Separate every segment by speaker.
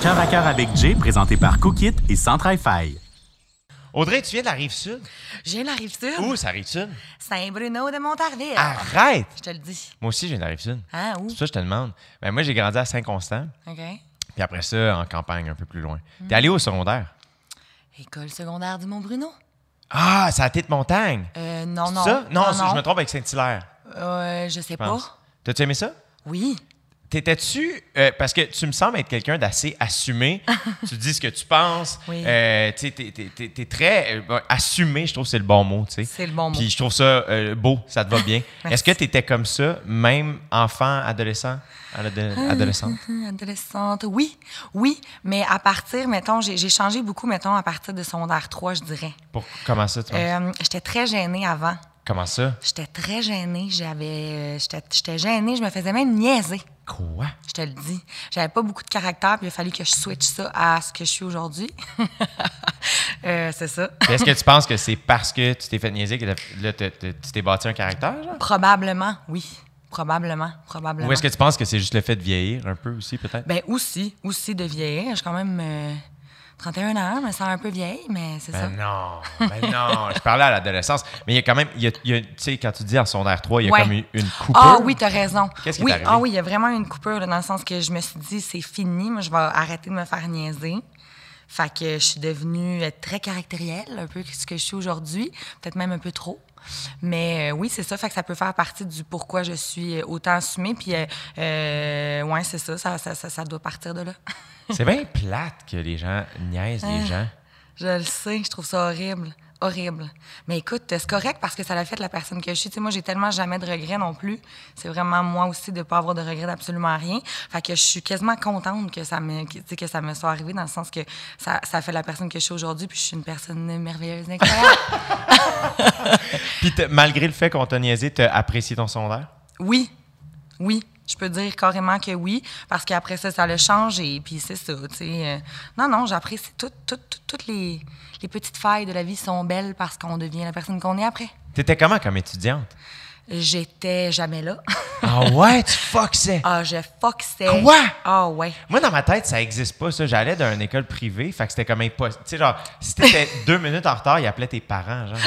Speaker 1: Cœur à cœur avec Jay, présenté par Cookit et Centre fi
Speaker 2: Audrey, tu viens de la rive sud?
Speaker 3: Je viens de la Rive-Sud.
Speaker 2: Où, Ah. ça rive sud?
Speaker 3: Saint-Bruno de Montarville.
Speaker 2: Arrête!
Speaker 3: Je te le dis.
Speaker 2: Moi aussi, je viens de la rive sud.
Speaker 3: Hein,
Speaker 2: C'est
Speaker 3: où?
Speaker 2: pour ça que je te demande. Ben, moi, j'ai grandi à Saint-Constant,
Speaker 3: OK.
Speaker 2: puis après ça, en campagne, un peu plus loin. T'es allé au secondaire?
Speaker 3: École secondaire du Mont-Bruno?
Speaker 2: Ah, c'est à Tite Montagne!
Speaker 3: Euh, non,
Speaker 2: C'est
Speaker 3: non.
Speaker 2: ça? Non, c'est- je me trompe avec Saint-Hilaire,
Speaker 3: Euh, je sais
Speaker 2: je pense.
Speaker 3: pas.
Speaker 2: T'as-tu aimé ça?
Speaker 3: Oui.
Speaker 2: T'étais-tu. euh, parce que tu me sembles être quelqu'un d'assez assumé. tu dis ce que tu penses.
Speaker 3: Oui.
Speaker 2: Euh, tu sais, t'es, t'es- t'es- t'es très. euh, bon, assumé, je trouve que c'est le bon mot. tu sais.
Speaker 3: C'est le bon mot.
Speaker 2: Puis je trouve ça euh, beau, ça te va bien.
Speaker 3: Merci.
Speaker 2: Est-ce que t'étais comme ça, même enfant, adolescent, ado- adolescente?
Speaker 3: Hum, Adolescente, oui. Oui, mais à partir, mettons, j'ai j'ai changé beaucoup, mettons, à partir de secondaire 3, je dirais.
Speaker 2: Pour, comment ça, tu penses?
Speaker 3: Euh, j'étais très gênée avant.
Speaker 2: Comment ça?
Speaker 3: J'étais très gênée. J'avais, euh, j'étais, j'étais gênée. Je me faisais même niaiser.
Speaker 2: Quoi?
Speaker 3: Je te le dis. J'avais pas beaucoup de caractère, puis il a fallu que je switch ça à ce que je suis aujourd'hui. Euh, c'est ça.
Speaker 2: Puis Est-ce que tu penses que c'est parce que tu t'es fait niaiser que t'as- là, t'as- t'as- tu t'es bâti un caractère? genre?
Speaker 3: Probablement, oui. Probablement, probablement.
Speaker 2: Ou est-ce que tu penses que c'est juste le fait de vieillir un peu aussi, peut-être?
Speaker 3: Ben aussi, aussi de vieillir. J'ai quand même euh, 31 ans, je me sens un peu vieille, mais c'est ça.
Speaker 2: Ben non, ben non. Je parlais à l'adolescence. Mais il y a quand même, il y a- il y a- tu sais, quand tu dis en secondaire 3, il y a
Speaker 3: Ouais.
Speaker 2: comme une, une coupure.
Speaker 3: Ah oui, t'as raison.
Speaker 2: Qu'est-ce qui
Speaker 3: oui,
Speaker 2: t'est arrivé?
Speaker 3: ah oui, il y a vraiment eu une coupure là, dans le sens que je me suis dit c'est fini, moi je vais arrêter de me faire niaiser. Fait que je suis devenue euh, très caractérielle, un peu ce que je suis aujourd'hui, peut-être même un peu trop. Mais euh, oui, c'est ça, fait que ça peut faire partie du pourquoi je suis euh, autant assumée. Puis euh, euh, ouais, c'est ça ça, ça, ça, ça doit partir de là.
Speaker 2: C'est bien plate que les gens niaisent
Speaker 3: Ah.
Speaker 2: les gens.
Speaker 3: Je le sais, je trouve ça horrible. Horrible. Mais écoute, c'est correct parce que ça l'a fait la personne que je suis. Tu sais, moi, j'ai tellement jamais de regrets non plus. C'est vraiment moi aussi de pas avoir de regrets d'absolument rien. Fait que je suis quasiment contente que ça me, que, tu sais, que ça me soit arrivé dans le sens que ça, ça fait la personne que je suis aujourd'hui. Puis je suis une personne merveilleuse, incroyable.
Speaker 2: Puis t'as- malgré le fait qu'on t'a niaisé, t'as apprécié ton secondaire?
Speaker 3: oui, oui. Je peux dire carrément que oui, parce qu'après ça, ça le change et puis c'est ça. tu sais. Euh, non, non, j'apprécie tout- tout- tout- toutes les, les petites failles de la vie sont belles parce qu'on devient la personne qu'on est après.
Speaker 2: T'étais comment comme étudiante?
Speaker 3: J'étais jamais là.
Speaker 2: Ah ouais, tu foxais.
Speaker 3: ah, je foxais.
Speaker 2: Quoi?
Speaker 3: Ah ouais.
Speaker 2: Moi, dans ma tête, ça n'existe pas, ça. J'allais d'une école privée, fait que c'était comme impossible. Tu sais, genre, si t'étais deux minutes en retard, ils appelaient tes parents, genre.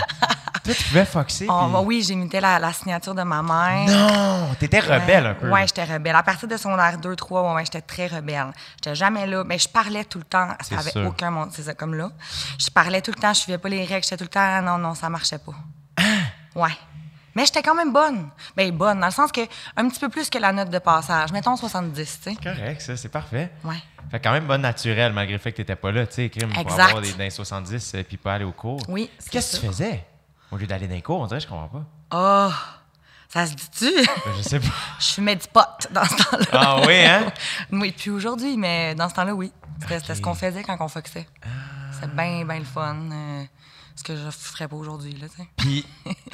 Speaker 2: Toi, tu pouvais foxer.
Speaker 3: On-
Speaker 2: puis-
Speaker 3: Ah, bah oui, j'imitais la, la signature de ma mère.
Speaker 2: Non, t'étais rebelle un peu.
Speaker 3: Ouais, j'étais rebelle. À partir de secondaire 2, 3, ouais, ouais, j'étais très rebelle. J'étais jamais là, mais je parlais tout le temps. Ça avait
Speaker 2: sûr.
Speaker 3: aucun monde, c'est ça, comme là. Je parlais tout le temps, je suivais pas les règles, j'étais tout le temps, Ah, non, non, ça marchait pas.
Speaker 2: Hein?
Speaker 3: ouais. Mais j'étais quand même bonne. Ben, bonne, dans le sens que, un petit peu plus que la note de passage. Mettons 70, tu sais.
Speaker 2: Correct, ça, c'est parfait.
Speaker 3: Ouais.
Speaker 2: Fait quand même bon naturel, malgré le fait que t'étais pas là, tu sais, crime, pour
Speaker 3: Exact.
Speaker 2: avoir des dans les 70 et puis pas aller au cours.
Speaker 3: Oui,
Speaker 2: Puis
Speaker 3: c'est
Speaker 2: Qu'est-ce que
Speaker 3: ça.
Speaker 2: tu faisais? Au lieu d'aller dans les cours, on dirait, je comprends pas.
Speaker 3: Oh, ça se dit-tu?
Speaker 2: Ben, je sais pas.
Speaker 3: Je fumais du pot dans ce temps-là.
Speaker 2: Ah oui, hein?
Speaker 3: oui, puis aujourd'hui, mais dans ce temps-là, oui. C'était c'était ce qu'on faisait quand on foxait. C'était bien, bien le fun. euh, ce que je ferais pas aujourd'hui, là, tu sais.
Speaker 2: Puis.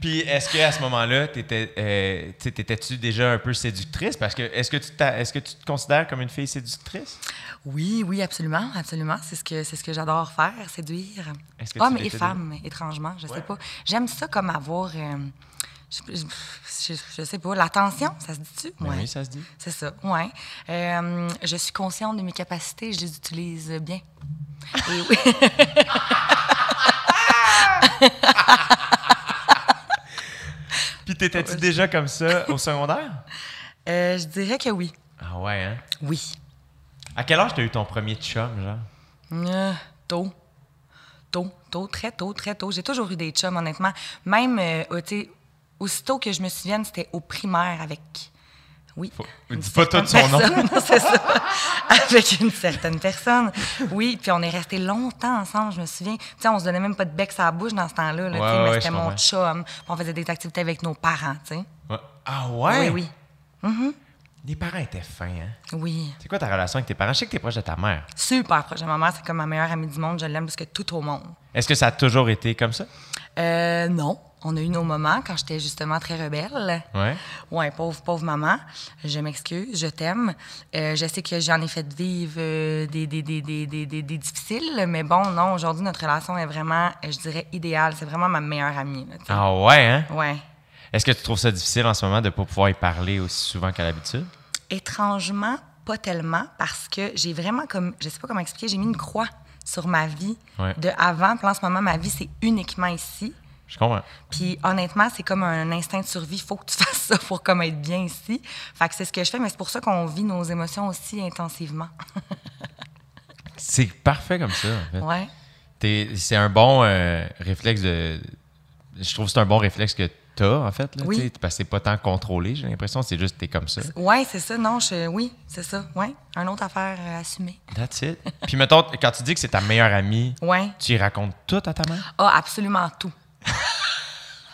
Speaker 2: Puis est-ce que à ce moment-là, t'étais, euh, tu sais, t'étais-tu déjà un peu séductrice? Parce que est-ce que tu t'a- est-ce que tu te considères comme une fille séductrice?
Speaker 3: Oui, oui, absolument, absolument. C'est ce que c'est ce que j'adore faire, séduire.
Speaker 2: Est-ce que tu
Speaker 3: Hommes
Speaker 2: l'étais
Speaker 3: et
Speaker 2: déjà?
Speaker 3: femmes, étrangement, je sais pas. J'aime ça comme avoir, euh, je, je- je sais pas, l'attention, ça se dit-tu?
Speaker 2: Ben
Speaker 3: Ouais.
Speaker 2: Oui, ça se dit.
Speaker 3: C'est ça, oui. je suis consciente de mes capacités, je les utilise bien. Et oui.
Speaker 2: Puis t'étais-tu déjà comme ça au secondaire?
Speaker 3: Euh, je dirais que oui.
Speaker 2: Ah ouais, hein?
Speaker 3: Oui.
Speaker 2: À quel âge t'as eu ton premier chum, genre?
Speaker 3: Euh, tôt. Tôt, tôt, très tôt, très tôt. J'ai toujours eu des chums, honnêtement. Même, euh, euh, tu sais, aussitôt que je me souvienne, c'était au primaire avec. Oui. une
Speaker 2: dis pas tout
Speaker 3: certaine
Speaker 2: son nom.
Speaker 3: personne. Non, c'est ça. Avec une certaine personne. Oui, puis on est resté longtemps ensemble, je me souviens. Tu sais, on se donnait même pas de bec à la bouche dans ce temps-là. là, tu sais,
Speaker 2: Ouais,
Speaker 3: mais
Speaker 2: ouais,
Speaker 3: c'était
Speaker 2: je
Speaker 3: mon
Speaker 2: comprends.
Speaker 3: chum. Puis on faisait des activités avec nos parents, tu sais.
Speaker 2: Ouais. Ah ouais?
Speaker 3: Oui,
Speaker 2: Les parents étaient fins, hein?
Speaker 3: oui. Oui.
Speaker 2: C'est quoi ta relation avec tes parents? Je sais que t'es proche de ta mère.
Speaker 3: Super proche de ma mère. C'est comme ma meilleure amie du monde. Je l'aime plus que tout au monde.
Speaker 2: Est-ce que ça a toujours été comme ça?
Speaker 3: Euh, non. On a eu nos moments quand j'étais justement très rebelle.
Speaker 2: Ouais.
Speaker 3: Ouais, pauvre, pauvre maman. Je m'excuse, je t'aime. Euh, je sais que j'en ai fait vivre euh, des, des, des, des, des, des- des difficiles, mais bon, non, aujourd'hui, notre relation est vraiment, euh, je dirais, idéale. C'est vraiment ma meilleure amie. là, tu sais.
Speaker 2: Ah ouais, hein?
Speaker 3: Ouais.
Speaker 2: Est-ce que tu trouves ça difficile en ce moment de ne pas pouvoir y parler aussi souvent qu'à l'habitude?
Speaker 3: Étrangement, pas tellement parce que j'ai vraiment comme je sais pas comment expliquer, j'ai mis une croix sur ma vie
Speaker 2: Ouais.
Speaker 3: de avant. Puis là, en ce moment, ma vie c'est uniquement ici.
Speaker 2: Je comprends.
Speaker 3: Puis honnêtement, c'est comme un instinct de survie. Faut que tu fasses ça pour comme être bien ici. Fait que c'est ce que je fais, mais c'est pour ça qu'on vit nos émotions aussi intensivement.
Speaker 2: C'est parfait comme ça. en fait.
Speaker 3: ouais.
Speaker 2: T'es- c'est un bon euh, réflexe de. Je trouve que c'est un bon réflexe que t'as, en fait. Là,
Speaker 3: Oui.
Speaker 2: t'sais, Parce que c'est pas tant contrôlé, j'ai l'impression. C'est juste que t'es comme ça.
Speaker 3: Ouais, c'est ça. Non, je, oui, c'est ça. Ouais. Un autre affaire à assumer.
Speaker 2: That's it. Puis, mettons, quand tu dis que c'est ta meilleure amie,
Speaker 3: Ouais.
Speaker 2: tu y racontes tout à ta mère.
Speaker 3: Ah, absolument tout.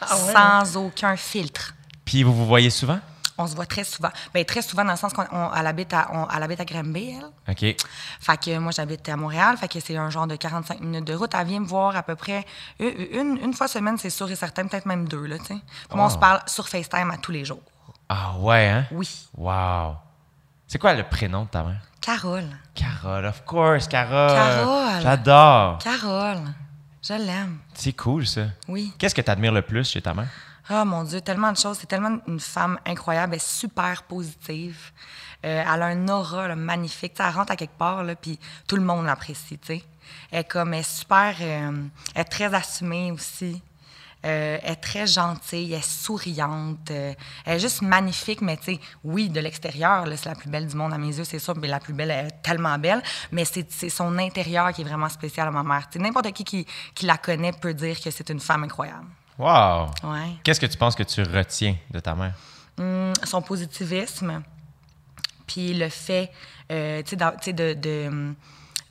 Speaker 3: Sans aucun filtre.
Speaker 2: Puis, vous vous voyez souvent?
Speaker 3: On se voit très souvent. Ben, très souvent dans le sens qu'on on- elle habite à, on- elle habite à Granby, elle.
Speaker 2: OK.
Speaker 3: Fait que moi, j'habite à Montréal. Fait que c'est un genre de 45 minutes de route. Elle vient me voir à peu près une, une- une fois semaine, c'est sûr et certain, peut-être même deux, là, tu sais. Puis moi, on se parle sur FaceTime à tous les jours.
Speaker 2: Ah ouais, hein?
Speaker 3: Oui.
Speaker 2: Wow. C'est quoi le prénom de ta mère?
Speaker 3: Carole.
Speaker 2: Carole, of course, Carole.
Speaker 3: Carole.
Speaker 2: J'adore.
Speaker 3: Carole. Je l'aime.
Speaker 2: C'est cool, ça.
Speaker 3: Oui.
Speaker 2: Qu'est-ce que t'admires le plus chez ta mère?
Speaker 3: Ah mon Dieu, tellement de choses. C'est tellement une femme incroyable. Elle est super positive. Euh, elle a un aura là, magnifique. Tu sais, elle rentre à quelque part, là, puis tout le monde l'apprécie. tu sais. Elle, est comme, elle est super. euh, elle est très assumée aussi. Euh, elle est très gentille, elle est souriante, euh, elle est juste magnifique, mais tu sais, oui, de l'extérieur, là, c'est la plus belle du monde à mes yeux, c'est sûr, mais la plus belle, elle est tellement belle, mais c'est c'est son intérieur qui est vraiment spécial à ma mère. Tu sais, N'importe qui, qui qui la connaît peut dire que c'est une femme incroyable.
Speaker 2: Wow.
Speaker 3: Ouais.
Speaker 2: Qu'est-ce que tu penses que tu retiens de ta mère?
Speaker 3: son positivisme, puis le fait, euh, tu sais, dans- tu sais, de... de-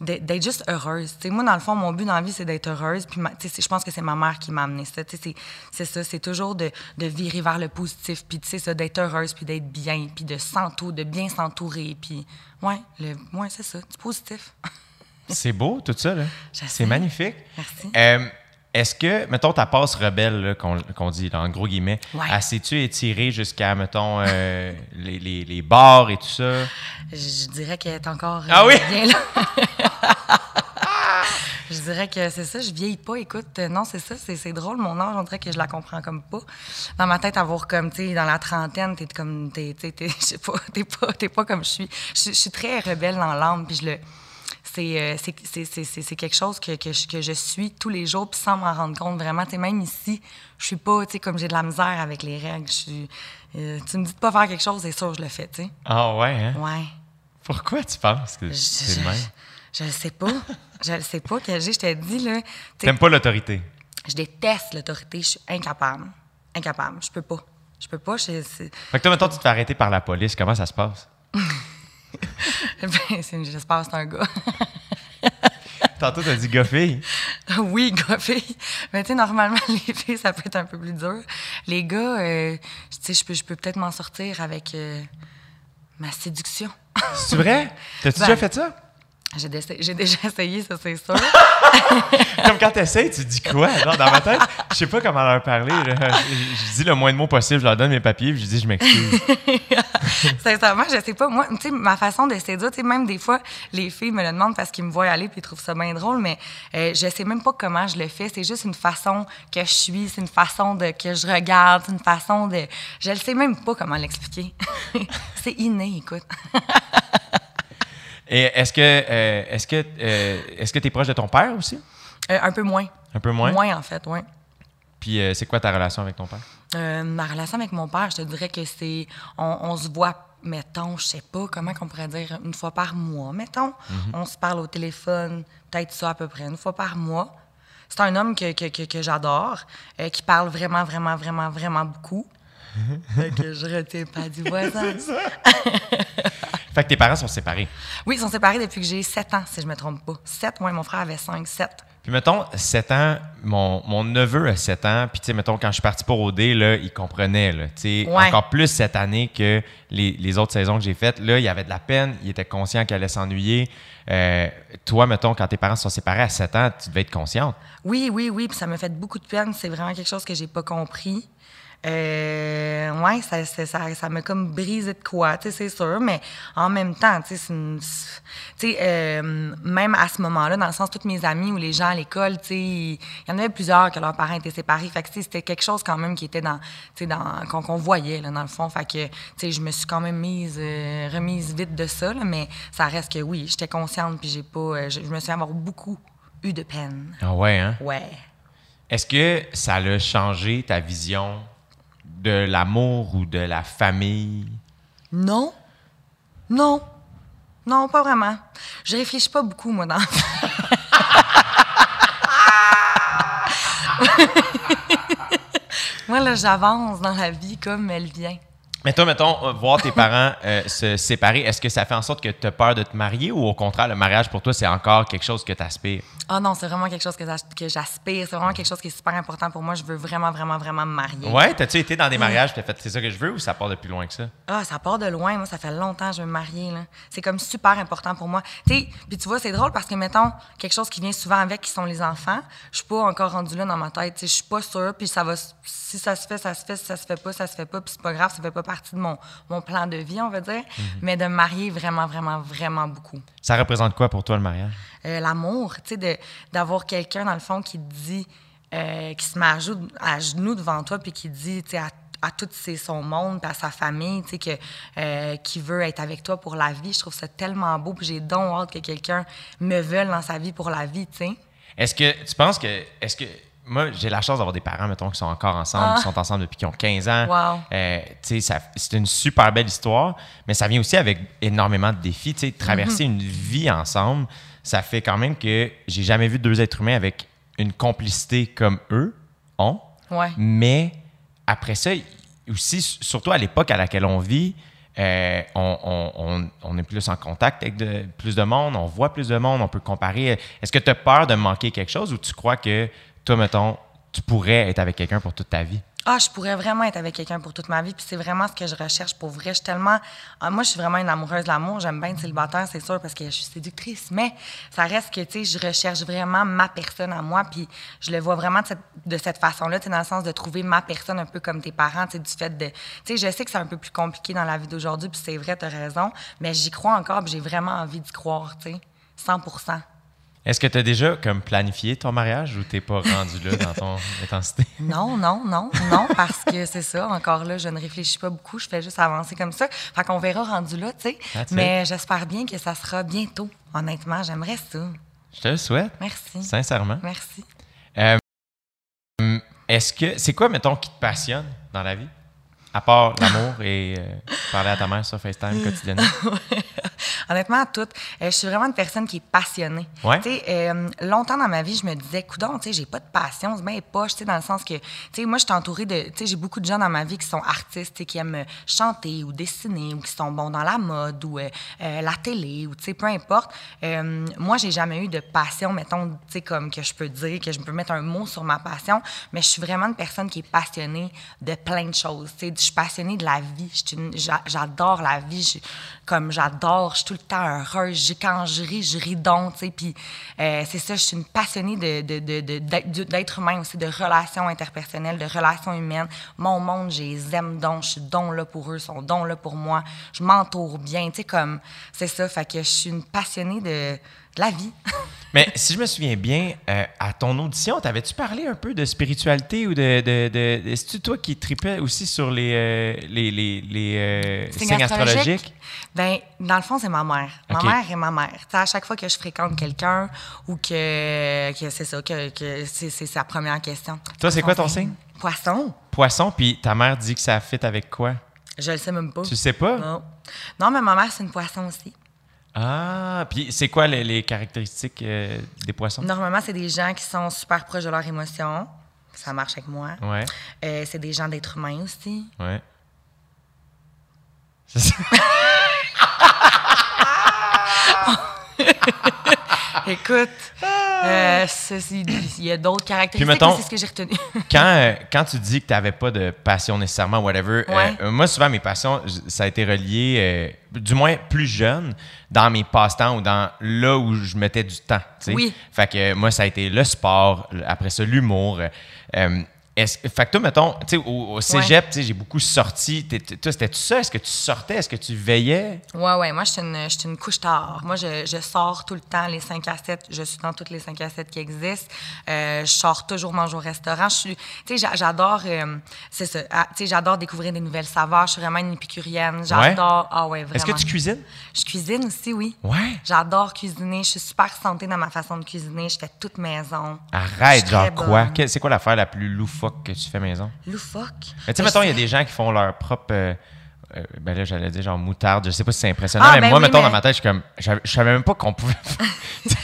Speaker 3: de- d'être juste heureuse. Tu sais, moi, dans le fond, mon but dans la vie, c'est d'être heureuse. Puis, ma- tu sais, c'est- je pense que c'est ma mère qui m'a amené ça. Tu sais, C'est c'est ça, c'est toujours de, de virer vers le positif, puis tu sais, ça, d'être heureuse, puis d'être bien, puis de s'entourer, de bien s'entourer. Puis, ouais, le, ouais c'est ça, du positif.
Speaker 2: C'est beau, tout ça, là.
Speaker 3: Je
Speaker 2: C'est
Speaker 3: sais.
Speaker 2: magnifique.
Speaker 3: Merci.
Speaker 2: Euh, Est-ce que, mettons, ta passe rebelle, là, qu'on qu'on dit, là, en gros guillemets,
Speaker 3: Ouais.
Speaker 2: elle s'est-tu étirée jusqu'à, mettons, euh, les, les- les bars et tout ça?
Speaker 3: Je, je dirais qu'elle est encore euh,
Speaker 2: Ah oui?
Speaker 3: bien là. je dirais que c'est ça, je vieillis pas. Écoute, euh, non, c'est ça, c'est c'est drôle, mon âge, on dirait que je la comprends comme pas. Dans ma tête, avoir comme, tu sais, dans la trentaine, t'es comme, t'es, t'es- t'es- je sais pas, t'es pas, t'es pas comme je suis. Je, je suis très rebelle dans l'âme, puis je le... C'est, euh, c'est, c'est, c'est, c'est- c'est quelque chose que, que, je, que je suis tous les jours, puis sans m'en rendre compte vraiment. Tu sais, même ici, je suis pas, tu sais, comme j'ai de la misère avec les règles. Je suis, euh, tu me dis de pas faire quelque chose, c'est sûr, je le fais, tu sais.
Speaker 2: Ah ouais, hein?
Speaker 3: Ouais.
Speaker 2: Pourquoi tu penses que
Speaker 3: Je-
Speaker 2: c'est
Speaker 3: je-
Speaker 2: le même?
Speaker 3: Je le sais pas. je le sais pas. Kajé, je te dis, là. tu sais,
Speaker 2: T'aimes pas l'autorité?
Speaker 3: Je déteste l'autorité. Je suis incapable. Incapable. Je peux pas. Je peux pas. je- c'est-
Speaker 2: Fait que toi, mettons, tu te fais arrêter par la police. Comment ça se passe?
Speaker 3: Ben, c'est une- J'espère que c'est un gars.
Speaker 2: Tantôt, t'as dit gars-fille.
Speaker 3: oui, gars, fille. Mais tu sais, normalement, les filles, ça peut être un peu plus dur. Les gars, euh, tu sais, je peux, je peux peut-être m'en sortir avec euh, ma séduction.
Speaker 2: C'est vrai? T'as-tu
Speaker 3: Ben.
Speaker 2: déjà fait ça?
Speaker 3: J'ai dessa- j'ai déjà essayé, ça, c'est sûr.
Speaker 2: Comme quand t'essayes, tu dis quoi? Non, dans ma tête, je sais pas comment leur parler. là. Je, je dis le moins de mots possible, je leur donne mes papiers, puis je dis je m'excuse.
Speaker 3: Sincèrement, je sais pas. Moi, tu sais, ma façon de séduire, tu sais, même des fois, les filles me le demandent parce qu'ils me voient aller puis ils trouvent ça bien drôle, mais euh, je sais même pas comment je le fais. C'est juste une façon que je suis, c'est une façon de que je regarde, c'est une façon de. Je le sais même pas comment l'expliquer. c'est inné, écoute.
Speaker 2: Et est-ce que euh, est-ce que euh, est-ce que t'es proche de ton père aussi?
Speaker 3: Euh, un peu moins.
Speaker 2: Un peu moins.
Speaker 3: Moins, en fait, oui.
Speaker 2: Puis euh, c'est quoi ta relation avec ton père?
Speaker 3: Euh, ma relation avec mon père, je te dirais que c'est. On, on se voit, mettons, je sais pas comment qu'on pourrait dire, une fois par mois, mettons. On se parle au téléphone, peut-être ça à peu près, une fois par mois. C'est un homme que, que, que, que j'adore, euh, qui parle vraiment, vraiment, vraiment, vraiment beaucoup. Fait que je retiens pas du voisin.
Speaker 2: Fait que tes parents sont séparés.
Speaker 3: Oui, ils sont séparés depuis que j'ai 7 ans, si je me trompe pas. 7, moi, mon frère avait 5, 7.
Speaker 2: Puis mettons, 7 ans, mon, mon neveu a 7 ans, puis tu sais, mettons, quand je suis parti pour OD, là, il comprenait, là, tu sais,
Speaker 3: Ouais.
Speaker 2: encore plus cette année que les, les autres saisons que j'ai faites, là, il avait de la peine, il était conscient qu'il allait s'ennuyer. Euh, toi, mettons, quand tes parents se sont séparés à 7 ans, tu devais être consciente.
Speaker 3: Oui, oui, oui, puis ça m'a fait beaucoup de peine. C'est vraiment quelque chose que j'ai pas compris. Euh, ouais, ça, ça, ça, ça m'a comme brisé de quoi, tu sais, c'est sûr, mais en même temps, tu sais, c'est une- tu sais, euh, même à ce moment-là, dans le sens, toutes mes amies ou les gens à l'école, tu sais, il y en avait plusieurs que leurs parents étaient séparés, fait que, tu sais, c'était quelque chose quand même qui était dans, tu sais, dans, qu'on, qu'on voyait, là, dans le fond, fait que, tu sais, je me suis quand même mise, euh, remise vite de ça, là, mais ça reste que oui, j'étais consciente, puis j'ai pas, euh, je, je me suis avoir beaucoup eu de peine.
Speaker 2: Ah ouais, hein?
Speaker 3: Ouais.
Speaker 2: Est-ce que ça a changé ta vision de l'amour ou de la famille?
Speaker 3: Non. Non. Non, pas vraiment. Je réfléchis pas beaucoup, moi, dans Moi, là, j'avance dans la vie comme elle vient.
Speaker 2: Mais toi, mettons, euh, voir tes parents euh, se séparer, est-ce que ça fait en sorte que tu as peur de te marier ou au contraire, le mariage pour toi, c'est encore quelque chose que tu aspires?
Speaker 3: Ah non, c'est vraiment quelque chose que j'as- que j'aspire. C'est vraiment quelque chose qui est super important pour moi. Je veux vraiment, vraiment, vraiment me marier.
Speaker 2: Ouais, t'as-tu été dans des mariages et t'as fait c'est ça que je veux ou ça part de plus loin que ça?
Speaker 3: Ah, ça part de loin. Moi, ça fait longtemps que je veux me marier. là. C'est comme super important pour moi. Tu sais, puis tu vois, c'est drôle parce que, mettons, quelque chose qui vient souvent avec, qui sont les enfants, je suis pas encore rendue là dans ma tête. Tu sais, je suis pas sûre. Puis ça va, s- si ça se fait, ça se fait. Si ça se fait pas, ça se fait pas. Puis c'est pas grave, ça fait pas partie de mon, mon plan de vie, on va dire. Mais de me marier vraiment, vraiment, vraiment beaucoup.
Speaker 2: Ça représente quoi pour toi le mariage?
Speaker 3: Euh, l'amour, tu sais, de- d'avoir quelqu'un, dans le fond, qui te dit, euh, qui se met à, jou- à genoux devant toi, puis qui dit, tu sais, à, à tout ses- son monde, puis à sa famille, tu sais, que, euh, qui veut être avec toi pour la vie. Je trouve ça tellement beau, puis j'ai donc hâte que quelqu'un me veuille dans sa vie pour la vie, tu sais.
Speaker 2: Est-ce que tu penses que. Est-ce que. Moi, j'ai la chance d'avoir des parents, mettons, qui sont encore ensemble, qui sont ensemble depuis qu'ils ont 15 ans.
Speaker 3: Wow.
Speaker 2: Euh, tu sais, ça- c'est une super belle histoire, mais ça vient aussi avec énormément de défis. Tu sais, traverser une vie ensemble, ça fait quand même que j'ai jamais vu deux êtres humains avec une complicité comme eux ont.
Speaker 3: Ouais.
Speaker 2: Mais après ça, aussi, surtout à l'époque à laquelle on vit, euh, on, on- on- on est plus en contact avec de- plus de monde, on voit plus de monde, on peut comparer. Est-ce que tu as peur de manquer quelque chose ou tu crois que, toi, mettons, tu pourrais être avec quelqu'un pour toute ta vie?
Speaker 3: Ah, je pourrais vraiment être avec quelqu'un pour toute ma vie, puis c'est vraiment ce que je recherche pour vrai. Je suis tellement. Ah, moi, je suis vraiment une amoureuse de l'amour. J'aime bien être célibataire, c'est sûr, parce que je suis séductrice, mais ça reste que, tu sais, je recherche vraiment ma personne à moi, puis je le vois vraiment de cette, de cette façon-là, tu sais, dans le sens de trouver ma personne un peu comme tes parents, tu sais, du fait de. Tu sais, je sais que c'est un peu plus compliqué dans la vie d'aujourd'hui, puis c'est vrai, t'as raison, mais j'y crois encore, puis j'ai vraiment envie d'y croire, tu sais, 100
Speaker 2: Est-ce que tu as déjà comme planifié ton mariage ou t'es pas rendu là dans ton intensité?
Speaker 3: Non, non, non, non, parce que c'est ça. Encore là, je ne réfléchis pas beaucoup. Je fais juste avancer comme ça. Fait qu'on verra rendu là, tu sais.
Speaker 2: That's it.
Speaker 3: Mais j'espère bien que ça sera bientôt. Honnêtement, j'aimerais ça.
Speaker 2: Je te le souhaite,
Speaker 3: Merci.
Speaker 2: sincèrement.
Speaker 3: Merci.
Speaker 2: Est-ce que c'est quoi, mettons, qui te passionne dans la vie? À part l'amour et euh, parler à ta mère sur FaceTime quotidiennement.
Speaker 3: Honnêtement, à toutes. Euh, je suis vraiment une personne qui est passionnée.
Speaker 2: Ouais.
Speaker 3: Tu sais, euh, longtemps dans ma vie, je me disais, coudon, tu sais, j'ai pas de passion, c'est bien poche, tu sais, dans le sens que, tu sais, moi, je suis entourée de, tu sais, j'ai beaucoup de gens dans ma vie qui sont artistes, tu sais, qui aiment euh, chanter ou dessiner ou qui sont bons dans la mode ou euh, euh, la télé ou, tu sais, peu importe. Euh, moi, j'ai jamais eu de passion, mettons, tu sais, comme que je peux dire, que je peux mettre un mot sur ma passion, mais je suis vraiment une personne qui est passionnée de plein de choses, tu sais. Je suis passionnée de la vie. Je suis une- j'a- J'adore la vie. Je- comme j'adore, je suis tout le temps heureuse. Je- Quand je ris, je ris donc, tu sais. Puis euh, c'est ça, je suis une passionnée de, de, de- de- d'être- de- d'être humain aussi, de relations interpersonnelles, de relations humaines. Mon monde, je les aime donc. Je suis donc là pour eux, ils sont donc là pour moi. Je m'entoure bien, tu sais, comme... C'est ça, fait que je suis une passionnée de, de la vie.
Speaker 2: Mais si je me souviens bien, euh, à ton audition, t'avais-tu parlé un peu de spiritualité ou de. de, de, de- C'est-tu toi qui tripais aussi sur les, euh, les, les, les, euh, signes, astrologiques?
Speaker 3: Ben, dans le fond, c'est ma mère. Ma
Speaker 2: OK.
Speaker 3: mère et ma mère. Tu sais, à chaque fois que je fréquente quelqu'un ou que, que c'est ça, que, que c'est, c'est sa première question.
Speaker 2: Toi, c'est
Speaker 3: Son
Speaker 2: quoi ton signe?
Speaker 3: Poisson.
Speaker 2: Poisson, puis ta mère dit que ça fit avec quoi?
Speaker 3: Je le sais même pas.
Speaker 2: Tu sais pas?
Speaker 3: Non. Non, mais ma mère, c'est une poisson aussi.
Speaker 2: Ah, puis c'est quoi les, les caractéristiques euh, des poissons?
Speaker 3: Normalement, c'est des gens qui sont super proches de leurs émotions. Ça marche avec moi.
Speaker 2: Ouais,
Speaker 3: Euh, c'est des gens d'êtres humains aussi.
Speaker 2: ouais. C'est ça. Ah.
Speaker 3: Écoute, euh, ceci- il y a d'autres caractéristiques,
Speaker 2: mettons-
Speaker 3: mais c'est ce que j'ai retenu.
Speaker 2: quand, euh, quand tu dis que tu n'avais pas de passion nécessairement, whatever, euh,
Speaker 3: Ouais.
Speaker 2: euh, moi, souvent, mes passions, j- ça a été relié, euh, du moins plus jeune, dans mes passe-temps ou dans là où je mettais du temps. tu sais.
Speaker 3: Oui.
Speaker 2: Fait que euh, moi, ça a été le sport, l- après ça, l'humour. euh, euh, Est-ce, fait que toi, mettons, tu sais, au, au cégep, tu sais, j'ai beaucoup sorti. T'es- t'es- Toi, c'était tout ça? Est-ce que tu sortais? Est-ce que tu veillais?
Speaker 3: Ouais, ouais. Moi, je suis une, je suis une couche tard. Moi, je, je sors tout le temps les 5 à 7. Je suis dans toutes les 5 à 7 qui existent. Euh, je sors toujours manger au restaurant. Je suis, tu sais, j'a- j'adore, euh, c'est ça. Ah, tu sais, j'adore découvrir des nouvelles saveurs. Je suis vraiment une épicurienne. J'adore. Ah ouais, vraiment.
Speaker 2: Est-ce que tu cuisines?
Speaker 3: Je cuisine aussi, oui.
Speaker 2: Ouais.
Speaker 3: J'adore cuisiner. Je suis super santé dans ma façon de cuisiner. Je fais toute maison. Je
Speaker 2: Arrête,
Speaker 3: suis
Speaker 2: genre
Speaker 3: très
Speaker 2: quoi?
Speaker 3: bonne.
Speaker 2: Que- C'est quoi l'affaire la plus loufoque que tu fais maison?
Speaker 3: Loufoque.
Speaker 2: Mais tu sais,
Speaker 3: Je
Speaker 2: mettons, il y a
Speaker 3: sais-
Speaker 2: des gens qui font leur propre. euh, euh, ben là, j'allais dire genre moutarde. Je sais pas si c'est impressionnant,
Speaker 3: Ah,
Speaker 2: mais
Speaker 3: ben
Speaker 2: moi,
Speaker 3: oui,
Speaker 2: mettons,
Speaker 3: mais-
Speaker 2: dans ma tête, je suis comme. j'avais- Je savais même pas qu'on pouvait.
Speaker 3: Je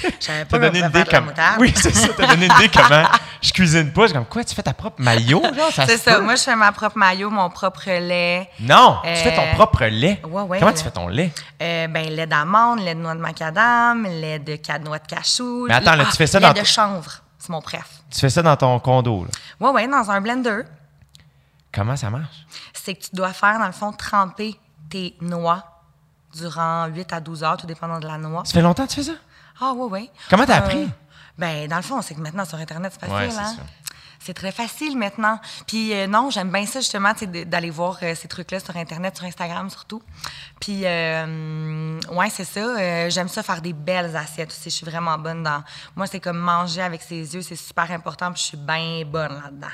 Speaker 2: T'as
Speaker 3: savais pas
Speaker 2: donné
Speaker 3: me
Speaker 2: une
Speaker 3: faire
Speaker 2: idée
Speaker 3: de la
Speaker 2: comme.
Speaker 3: moutarde.
Speaker 2: Oui, c'est ça. T'as donné une idée comment je cuisine pas. Je suis comme, quoi, tu fais ta propre maillot? Genre, ça
Speaker 3: C'est
Speaker 2: se
Speaker 3: ça.
Speaker 2: peut?
Speaker 3: Moi, je fais ma propre maillot, mon propre lait.
Speaker 2: Non,
Speaker 3: Euh,
Speaker 2: tu fais ton propre lait.
Speaker 3: ouais, ouais,
Speaker 2: comment
Speaker 3: le-
Speaker 2: tu fais ton lait?
Speaker 3: Euh, ben, lait d'amande, lait de noix de macadam, lait de ca- noix de cachou. ah,
Speaker 2: Mais attends, là, tu fais ça
Speaker 3: lait
Speaker 2: dans
Speaker 3: de
Speaker 2: ton-
Speaker 3: chanvre, c'est mon préf.
Speaker 2: Tu fais ça dans ton condo. là.
Speaker 3: Ouais, ouais, dans un blender.
Speaker 2: Comment ça marche?
Speaker 3: C'est que tu dois faire, dans le fond, tremper tes noix durant 8 à 12 heures, tout dépendant de la noix.
Speaker 2: Ça fait longtemps que tu fais ça?
Speaker 3: Ah, ouais, ouais.
Speaker 2: Comment t'as
Speaker 3: Euh,
Speaker 2: appris?
Speaker 3: Ben, dans le fond, c'est que maintenant, sur Internet, c'est
Speaker 2: Ouais,
Speaker 3: facile,
Speaker 2: c'est
Speaker 3: hein?
Speaker 2: ça.
Speaker 3: C'est très facile maintenant. Puis euh, non, j'aime bien ça justement, tu sais, de- d'aller voir euh, ces trucs-là sur Internet, sur Instagram surtout. Puis euh, ouais, c'est ça. Euh, j'aime ça faire des belles assiettes aussi. Je suis vraiment bonne dans. Moi, c'est comme manger avec ses yeux, c'est super important. Puis je suis bien bonne là-dedans.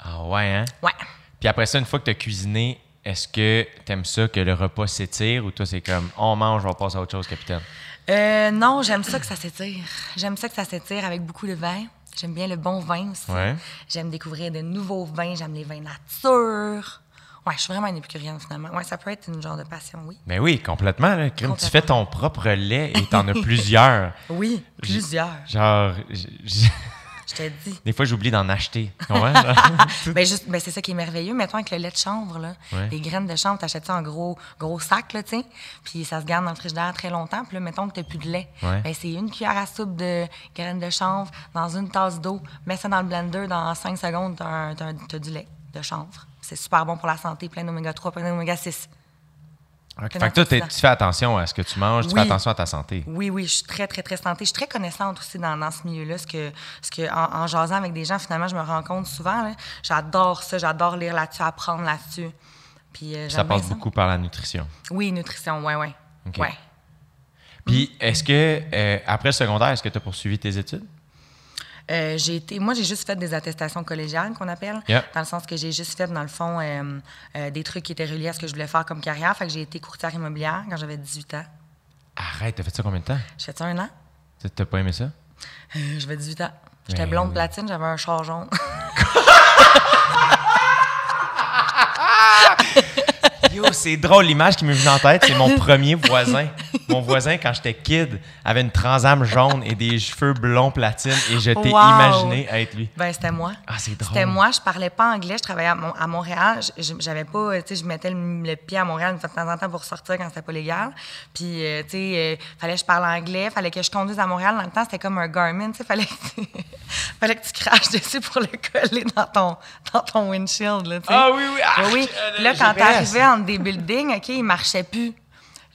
Speaker 2: Ah ouais, hein?
Speaker 3: Ouais.
Speaker 2: Puis après ça, une fois que tu as cuisiné, est-ce que t'aimes ça que le repas s'étire ou toi, c'est comme on mange, on passe à autre chose, capitaine?
Speaker 3: Euh, non, j'aime ça que ça s'étire. J'aime ça que ça s'étire avec beaucoup de vin. J'aime bien le bon vin aussi.
Speaker 2: Ouais.
Speaker 3: J'aime découvrir de nouveaux vins. J'aime les vins nature. Ouais, je suis vraiment une épicurienne finalement. Ouais, ça peut être une genre de passion, oui.
Speaker 2: Ben oui, complètement. Là. Crime, tu
Speaker 3: Complètement.
Speaker 2: fais ton propre lait et t'en as plusieurs.
Speaker 3: Oui,
Speaker 2: J'ai-
Speaker 3: plusieurs.
Speaker 2: Genre, j- j-
Speaker 3: Je te dis.
Speaker 2: des fois, j'oublie d'en acheter. Tu comprends? Genre,
Speaker 3: Ben juste, ben c'est ça qui est merveilleux. Mettons avec le lait de chanvre, là,
Speaker 2: Ouais.
Speaker 3: les graines de chanvre, t'achètes ça en gros, gros sac, là, tu sais, puis ça se garde dans le frigidaire très longtemps. Puis là, mettons que t'as plus de lait.
Speaker 2: Ouais.
Speaker 3: Ben, c'est une cuillère à soupe de graines de chanvre dans une tasse d'eau. Mets ça dans le blender, dans 5 secondes, t'as, un- t'as un- t'as du lait de chanvre. C'est super bon pour la santé, plein d'oméga 3, plein d'oméga 6.
Speaker 2: fait que toi, t'es- tu fais attention à ce que tu manges, tu fais
Speaker 3: Oui.
Speaker 2: attention à ta santé.
Speaker 3: Oui, oui, je suis très, très, très santé. Je suis très connaissante aussi dans, dans ce milieu-là. Ce que, ce que, en, en jasant avec des gens, finalement, je me rends compte souvent. là. J'adore ça, j'adore lire là-dessus, apprendre là-dessus. Puis, euh,
Speaker 2: Ça
Speaker 3: j'aime bien
Speaker 2: passe beaucoup par la nutrition.
Speaker 3: Oui, nutrition, ouais, ouais.
Speaker 2: OK.
Speaker 3: Ouais.
Speaker 2: Puis, est-ce que, euh, après le secondaire, est-ce que tu as poursuivi tes études?
Speaker 3: Euh, j'ai été, moi, j'ai juste fait des attestations collégiales qu'on appelle,
Speaker 2: Yeah.
Speaker 3: dans le sens que j'ai juste fait, dans le fond, euh, euh, des trucs qui étaient reliés à ce que je voulais faire comme carrière. Fait que j'ai été courtière immobilière quand j'avais 18 ans.
Speaker 2: Arrête, t'as fait ça combien de temps?
Speaker 3: J'ai fait ça un an.
Speaker 2: Tu- T'as pas aimé ça?
Speaker 3: Euh, J'avais 18 ans. J'étais
Speaker 2: Ben
Speaker 3: blonde
Speaker 2: oui.
Speaker 3: platine, j'avais un char jaune.
Speaker 2: Yo, c'est drôle, l'image qui me vient en tête, c'est mon premier voisin. Mon voisin, quand j'étais kid, avait une transam jaune et des cheveux blonds platine et je t'ai
Speaker 3: Wow.
Speaker 2: imaginé être lui.
Speaker 3: Ben, c'était moi.
Speaker 2: Ah, c'est drôle.
Speaker 3: C'était moi, je parlais pas anglais, je travaillais à, Mon- à Montréal. Je- je- J'avais pas, euh, tu sais, je mettais le, le pied à Montréal une fois de temps en temps pour sortir quand c'était pas légal. Puis, euh, tu sais, euh, fallait que je parle anglais, fallait que je conduise à Montréal. Dans le temps, c'était comme un Garmin, tu sais, fallait, que tu- fallait que tu craches dessus pour le coller dans ton, dans ton windshield, là, tu sais.
Speaker 2: Ah oui, oui, ah,
Speaker 3: Oui, oui.
Speaker 2: je-
Speaker 3: Puis Là,
Speaker 2: le
Speaker 3: quand
Speaker 2: GPS.
Speaker 3: t'arrivais entre des buildings, OK, il marchait plus.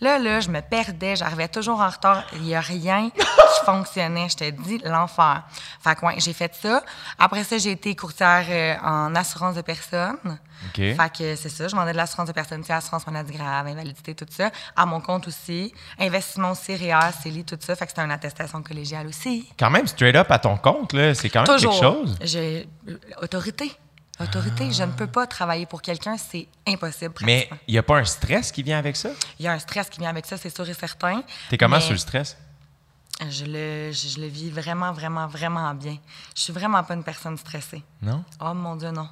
Speaker 3: Là, là, je me perdais, j'arrivais toujours en retard. Il n'y a rien qui fonctionnait. Je te dis, l'enfer. Fait que, ouais, j'ai fait ça. Après ça, j'ai été courtière euh, en assurance de personnes.
Speaker 2: OK.
Speaker 3: Fait que euh, c'est ça, je vendais de l'assurance de personnes, tu sais, assurance maladie grave, invalidité, tout ça. À mon compte aussi. Investissement aussi, REER, CELI, tout ça. Fait que c'était une attestation collégiale aussi.
Speaker 2: Quand même, straight up à ton compte, là, c'est quand même
Speaker 3: Toujours.
Speaker 2: quelque chose.
Speaker 3: J'ai euh, autorité. Autorité, je ne peux pas travailler pour quelqu'un, c'est impossible.
Speaker 2: Mais
Speaker 3: pratiquement.
Speaker 2: il n'y a pas un stress qui vient avec ça?
Speaker 3: il y a un stress qui vient avec ça, c'est sûr et certain.
Speaker 2: T'es comment
Speaker 3: Mais
Speaker 2: sur le stress?
Speaker 3: Je le, je, je le vis vraiment, vraiment, vraiment bien. Je suis vraiment pas une personne stressée.
Speaker 2: Non?
Speaker 3: Oh mon Dieu, non.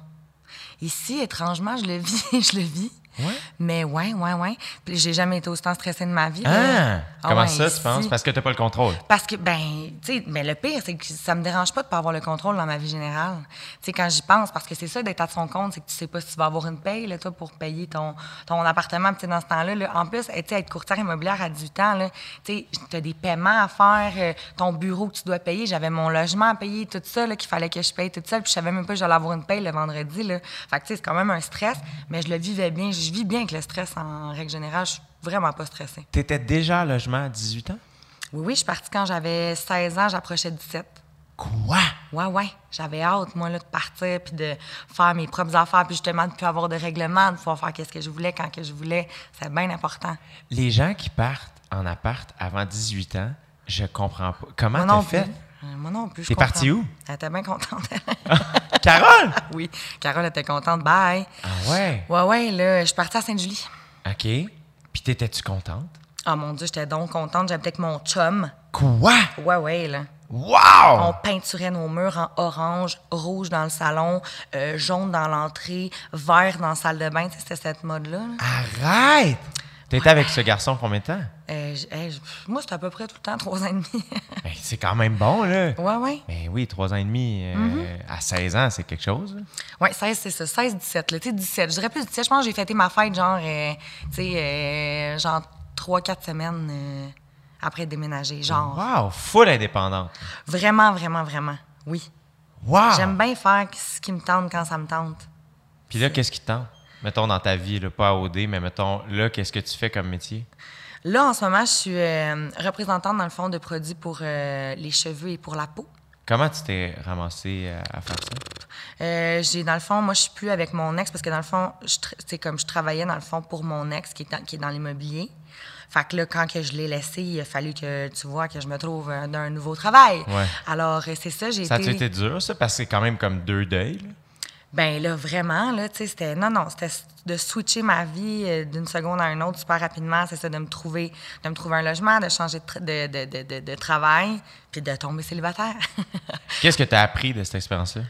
Speaker 3: Ici, étrangement, je le vis, je le vis.
Speaker 2: Ouais?
Speaker 3: Mais ouais, ouais, ouais. Puis j'ai jamais été autant stressée de ma vie.
Speaker 2: Ah!
Speaker 3: là.
Speaker 2: comment
Speaker 3: ouais,
Speaker 2: ça, tu
Speaker 3: ici.
Speaker 2: penses? Parce que t'as pas le contrôle.
Speaker 3: Parce que, ben, tu sais, mais le pire, c'est que ça me dérange pas de pas avoir le contrôle dans ma vie générale. Tu sais, quand j'y pense, parce que c'est ça d'être à son compte, c'est que tu sais pas si tu vas avoir une paye, là, toi, pour payer ton, ton appartement. Puis, tu sais, dans ce temps-là, là, en plus, eh, tu sais, être courtière immobilière à 18 ans, là, tu sais, t'as des paiements à faire, euh, ton bureau que tu dois payer. J'avais mon logement à payer, tout ça, là, qu'il fallait que je paye tout seul. Puis, je savais même pas que j'allais avoir une paye le vendredi, là. Fait que, tu sais, c'est quand même un stress, mais je le vivais bien. Je vis bien avec le stress en règle générale. Je suis vraiment pas stressée.
Speaker 2: T'étais déjà à logement à 18 ans?
Speaker 3: Oui, oui, je suis partie quand j'avais 16 ans, j'approchais de 17.
Speaker 2: Quoi?
Speaker 3: Ouais, ouais. J'avais hâte, moi, là, de partir, puis de faire mes propres affaires, puis justement, de plus avoir de règlement, de pouvoir faire qu'est-ce que je voulais, quand que je voulais. C'est bien important.
Speaker 2: Les gens qui partent en appart avant 18 ans, je comprends pas. Comment
Speaker 3: Moi non
Speaker 2: t'as fait?
Speaker 3: plus. Euh, Moi non plus. je
Speaker 2: T'es partie
Speaker 3: comprends.
Speaker 2: où?
Speaker 3: Elle était bien contente.
Speaker 2: Carole!
Speaker 3: oui, Carole était contente. Bye.
Speaker 2: Ah ouais?
Speaker 3: Ouais, ouais, là, je suis partie à Sainte-Julie.
Speaker 2: OK. Puis t'étais-tu contente?
Speaker 3: Ah mon Dieu, j'étais donc contente. J'avais avec mon chum.
Speaker 2: Quoi?
Speaker 3: Ouais, ouais, là. On
Speaker 2: Wow!
Speaker 3: peinturait nos murs en orange, rouge dans le salon, euh, jaune dans l'entrée, vert dans la salle de bain. Tu sais, C'était cette mode-là. là.
Speaker 2: Arrête! T'étais avec ce garçon combien de temps?
Speaker 3: Euh, j- hey, j- pff, moi, c'était à peu près tout le temps, trois ans et demi.
Speaker 2: Ben, c'est quand même bon, là.
Speaker 3: ouais, ouais.
Speaker 2: Ben oui, trois ans et demi euh,
Speaker 3: Mhm.
Speaker 2: à 16 ans, c'est quelque chose. là.
Speaker 3: Ouais, 16, c'est ça. 16, 17, là. Tu sais, 17. Je dirais plus 17. Je pense que j'ai fêté ma fête, genre, euh, tu sais, euh, genre 3-4 semaines euh, après déménager. Genre,
Speaker 2: Wow! Full indépendante.
Speaker 3: vraiment, vraiment, vraiment. Oui.
Speaker 2: Wow!
Speaker 3: J'aime bien faire ce qui me tente quand ça me tente.
Speaker 2: Puis là, qu'est-ce qui te tente? Mettons dans ta vie, là, pas à OD, mais mettons là, qu'est-ce que tu fais comme métier?
Speaker 3: Là, en ce moment, je suis euh, représentante dans le fond de produits pour euh, les cheveux et pour la peau.
Speaker 2: Comment tu t'es ramassé à, à faire ça?
Speaker 3: Euh, j'ai dans le fond, moi, je suis plus avec mon ex parce que dans le fond, je tra- c'est comme je travaillais dans le fond pour mon ex qui est dans, qui est dans l'immobilier. Fait que là, quand que je l'ai laissé, il a fallu que tu vois que je me trouve euh, d'un nouveau travail.
Speaker 2: Ouais.
Speaker 3: Alors euh, c'est ça, j'ai
Speaker 2: Ça a-tu
Speaker 3: été.
Speaker 2: été dur, ça? Parce que c'est quand même comme deux deuils. là.
Speaker 3: Ben là, vraiment, là, tu sais, c'était. Non, non, c'était s- de switcher ma vie euh, d'une seconde à une autre super rapidement. C'est ça, de me trouver, de me trouver un logement, de changer de, tra- de, de, de, de- de travail, puis de tomber célibataire.
Speaker 2: Qu'est-ce que tu as appris de cette expérience-là?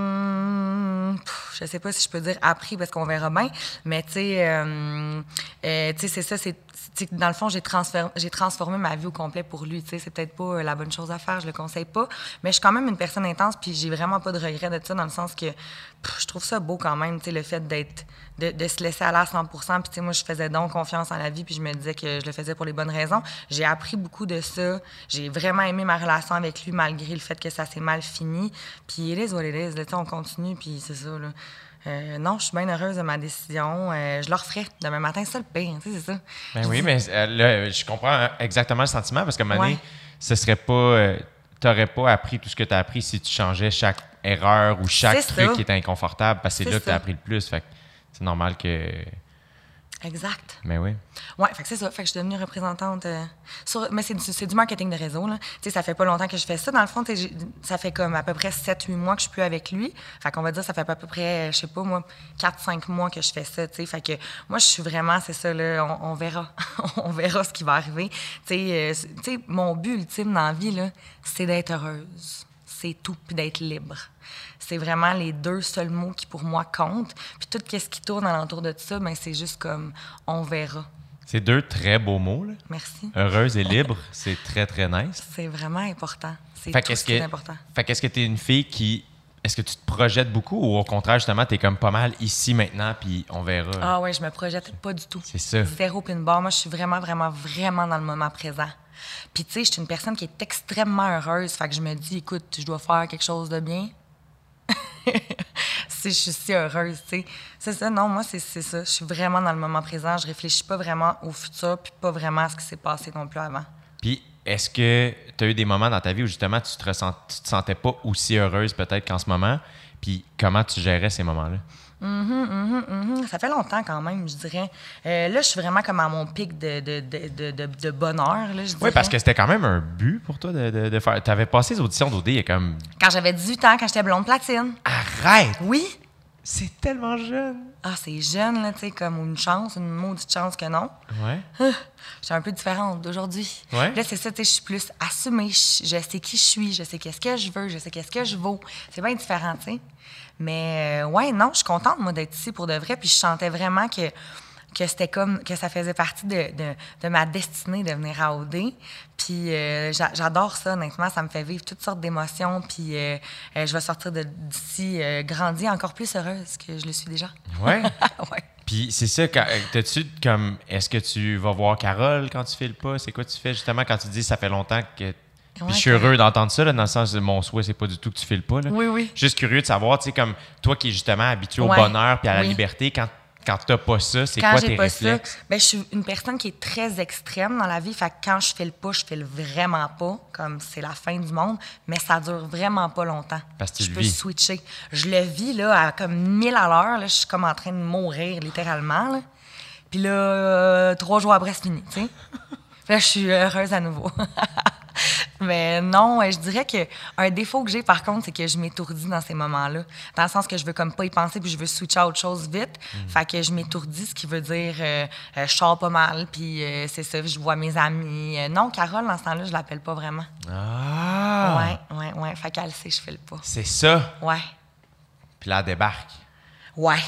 Speaker 3: Euh, pff, je sais pas si je peux dire appris parce qu'on verra bien, mais tu sais, euh, euh, tu sais, c'est ça, c'est tu sais, dans le fond j'ai transformé, j'ai transformé ma vie au complet pour lui. Tu sais, c'est peut-être pas euh, la bonne chose à faire, je le conseille pas, mais je suis quand même une personne intense puis j'ai vraiment pas de regret de ça dans le sens que pff, je trouve ça beau quand même, tu sais, le fait d'être de, de se laisser aller à 100 puis tu sais moi je faisais donc confiance en la vie puis je me disais que je le faisais pour les bonnes raisons. J'ai appris beaucoup de ça. J'ai vraiment aimé ma relation avec lui malgré le fait que ça s'est mal fini. Puis it is what it is, là, tu sais, on continue puis c'est ça là. Euh, non, je suis bien heureuse de ma décision. Euh, je le referai demain matin, c'est ça le pire, tu sais, c'est ça.
Speaker 2: Ben
Speaker 3: Je
Speaker 2: oui,
Speaker 3: dis-
Speaker 2: mais euh, là, je comprends hein, exactement le sentiment parce que Mané,
Speaker 3: Ouais.
Speaker 2: ce serait pas. euh, T'aurais pas appris tout ce que tu as appris si tu changeais chaque erreur ou chaque
Speaker 3: C'est
Speaker 2: truc
Speaker 3: ça.
Speaker 2: qui était inconfortable parce que c'est
Speaker 3: C'est
Speaker 2: là que tu as
Speaker 3: ça.
Speaker 2: appris le plus. Fait que c'est normal que.
Speaker 3: Exact.
Speaker 2: Mais oui.
Speaker 3: Ouais, fait que c'est ça. Fait que je suis devenue représentante. euh, sur, mais c'est, du- c'est du marketing de réseau, là. Tu sais, ça fait pas longtemps que je fais ça. Dans le fond, tu sais, j'ai- ça fait comme à peu près 7-8 mois que je suis plus avec lui. Fait qu'on va dire, ça fait à peu près, euh, je sais pas, moi, 4-5 mois que je fais ça, tu sais. Fait que moi, je suis vraiment, c'est ça, là, on, on verra. on verra ce qui va arriver. Tu sais, euh, c'est- tu sais, mon but ultime dans la vie, là, c'est d'être heureuse. C'est tout, puis d'être libre. C'est vraiment les deux seuls mots qui, pour moi, comptent. Puis tout ce qui tourne alentour de ça, ben, c'est juste comme on verra.
Speaker 2: C'est deux très beaux mots, là.
Speaker 3: Merci.
Speaker 2: Heureuse et libre, c'est très, très nice.
Speaker 3: C'est vraiment important. C'est
Speaker 2: Fait
Speaker 3: tout
Speaker 2: qu'est-ce
Speaker 3: ce qui
Speaker 2: que.
Speaker 3: est important.
Speaker 2: Fait qu'est-ce que tu es une fille qui. Est-ce que tu te projettes beaucoup ou au contraire, justement, tu es comme pas mal ici maintenant, puis on verra.
Speaker 3: Ah ouais, je me projette pas du tout.
Speaker 2: C'est ça.
Speaker 3: Zéro pin bar. Moi, je suis vraiment, vraiment, vraiment dans le moment présent. Puis tu sais, je suis une personne qui est extrêmement heureuse. Fait que je me dis, écoute, je dois faire quelque chose de bien. si je suis si heureuse, tu sais. C'est ça, non, moi, c'est c'est ça. Je suis vraiment dans le moment présent. Je réfléchis pas vraiment au futur, puis pas vraiment à ce qui s'est passé non plus avant.
Speaker 2: Puis, est-ce que tu as eu des moments dans ta vie où justement tu te, ressens- tu te sentais pas aussi heureuse peut-être qu'en ce moment? Puis, comment tu gérais ces moments-là?
Speaker 3: Mhm, Ça fait longtemps quand même, je dirais. Euh, là, je suis vraiment comme à mon pic de, de, de, de, de- de bonheur. Là, je
Speaker 2: Oui, parce
Speaker 3: dirais.
Speaker 2: que c'était quand même un but pour toi de, de- de faire. Tu avais passé les auditions d'OD il y a comme.
Speaker 3: Quand j'avais 18 ans, quand j'étais blonde platine.
Speaker 2: Arrête!
Speaker 3: Oui.
Speaker 2: C'est tellement jeune!
Speaker 3: Ah, c'est jeune, là, tu sais, comme une chance, une maudite chance que non.
Speaker 2: Ouais.
Speaker 3: J'étais Ah, un peu différente d'aujourd'hui.
Speaker 2: Ouais.
Speaker 3: Là, c'est ça, tu sais, je suis plus assumée. Je je sais qui je suis, je sais qu'est-ce que je veux, je sais qu'est-ce que je vaux. C'est bien différent, tu sais. Mais euh, ouais, non, je suis contente, moi, d'être ici pour de vrai. Puis je sentais vraiment que, que c'était comme, que ça faisait partie de, de, de ma destinée de venir à OD. Puis euh, j'a- j'adore ça, honnêtement. Ça me fait vivre toutes sortes d'émotions. Puis euh, euh, je vais sortir de- d'ici euh, grandie, encore plus heureuse que je le suis déjà. Ah
Speaker 2: Ouais.
Speaker 3: ouais.
Speaker 2: Puis, c'est ça, quand- t'as-tu comme. Est-ce que tu vas voir Carole quand tu files pas? C'est quoi tu fais justement quand tu dis ça fait longtemps que. Puis
Speaker 3: Ouais,
Speaker 2: je suis
Speaker 3: Carole.
Speaker 2: heureux d'entendre ça, là, dans le sens de mon souhait, c'est pas du tout que tu files pas. Là.
Speaker 3: Oui, oui.
Speaker 2: Juste curieux de savoir, tu sais, comme toi qui es justement habitué au
Speaker 3: Ouais.
Speaker 2: bonheur puis à la
Speaker 3: Oui.
Speaker 2: liberté, quand Quand t'as pas ça, c'est
Speaker 3: Quand
Speaker 2: quoi
Speaker 3: j'ai
Speaker 2: tes
Speaker 3: pas
Speaker 2: réflexes?
Speaker 3: ça, ben, je suis une personne qui est très extrême dans la vie. Fait que quand je fais le pas, je fais le vraiment pas, comme c'est la fin du monde, mais ça dure vraiment pas longtemps.
Speaker 2: Parce que tu
Speaker 3: je
Speaker 2: le
Speaker 3: peux
Speaker 2: vis.
Speaker 3: switcher. Je le vis là, à comme 1000 à l'heure. là. Je suis comme en train de mourir littéralement. là. Puis là, euh, trois jours après, c'est fini. tu sais. Là, je suis heureuse à nouveau. Mais non, euh, je dirais que un défaut que j'ai par contre, c'est que je m'étourdis dans ces moments-là. Dans le sens que je veux comme pas y penser puis je veux switcher à autre chose vite. Fait que je m'étourdis, ce qui veut dire euh, euh, je sors pas mal puis euh, c'est ça, je vois mes amis. Euh, non, Carole, dans ce temps-là, je l'appelle pas vraiment.
Speaker 2: Ah!
Speaker 3: Ouais, ouais, ouais. Fait qu'elle sait, je fais le pas.
Speaker 2: C'est ça.
Speaker 3: Ouais,
Speaker 2: Puis là, elle débarque.
Speaker 3: ouais,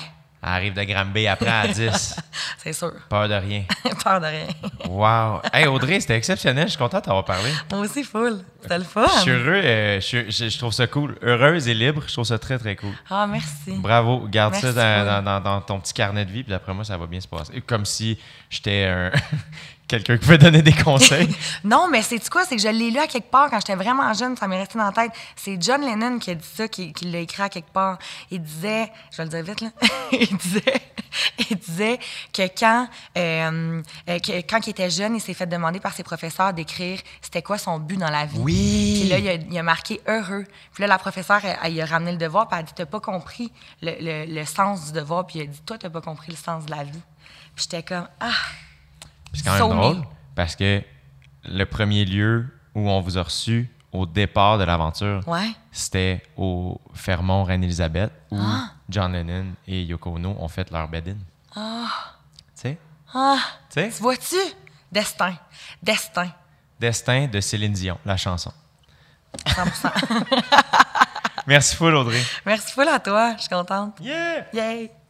Speaker 2: Elle arrive de Granby après à 10.
Speaker 3: c'est sûr.
Speaker 2: Peur de rien.
Speaker 3: Peur de rien.
Speaker 2: Wow. Hey, Audrey, c'était exceptionnel. Je suis content d'avoir parlé.
Speaker 3: Moi aussi, full. C'était le fun.
Speaker 2: Je suis heureux. euh, je, suis- je- je trouve ça cool. Heureuse et libre. Je trouve ça très, très cool.
Speaker 3: Ah, merci.
Speaker 2: Bravo. Garde ça
Speaker 3: Merci,
Speaker 2: dans,
Speaker 3: Paul.
Speaker 2: dans- dans- dans ton petit carnet de vie. Puis d'après moi, ça va bien se passer. Comme si j'étais un- quelqu'un qui peut donner des conseils.
Speaker 3: non, mais c'est quoi? C'est que je l'ai lu à quelque part quand j'étais vraiment jeune, ça m'est resté dans la tête. C'est John Lennon qui a dit ça, qui, qui l'a écrit à quelque part. Il disait, je vais le dire vite, là. il disait. Il disait que quand, euh, euh, que quand il était jeune, il s'est fait demander par ses professeurs d'écrire c'était quoi son but dans la vie.
Speaker 2: Oui.
Speaker 3: Puis là, il a, il a marqué heureux. Puis là, la professeure, elle, elle a ramené le devoir, puis elle a dit T'as pas compris le, le- le sens du devoir. Puis il a dit Toi, t'as pas compris le sens de la vie. Puis j'étais comme Ah
Speaker 2: Puis C'est quand même
Speaker 3: Sauvé.
Speaker 2: drôle parce que le premier lieu où on vous a reçu au départ de l'aventure,
Speaker 3: Ouais.
Speaker 2: c'était au Fermont Reine-Élisabeth où
Speaker 3: Ah.
Speaker 2: John Lennon et Yoko Ono ont fait leur bed-in. Tu sais?
Speaker 3: Ah
Speaker 2: Tu
Speaker 3: Tu
Speaker 2: sais?
Speaker 3: vois-tu? Destin. Destin.
Speaker 2: Destin de Céline Dion, la chanson.
Speaker 3: 100%.
Speaker 2: Merci full, Audrey.
Speaker 3: Merci full à toi. Je suis contente.
Speaker 2: Yeah!
Speaker 3: Yay!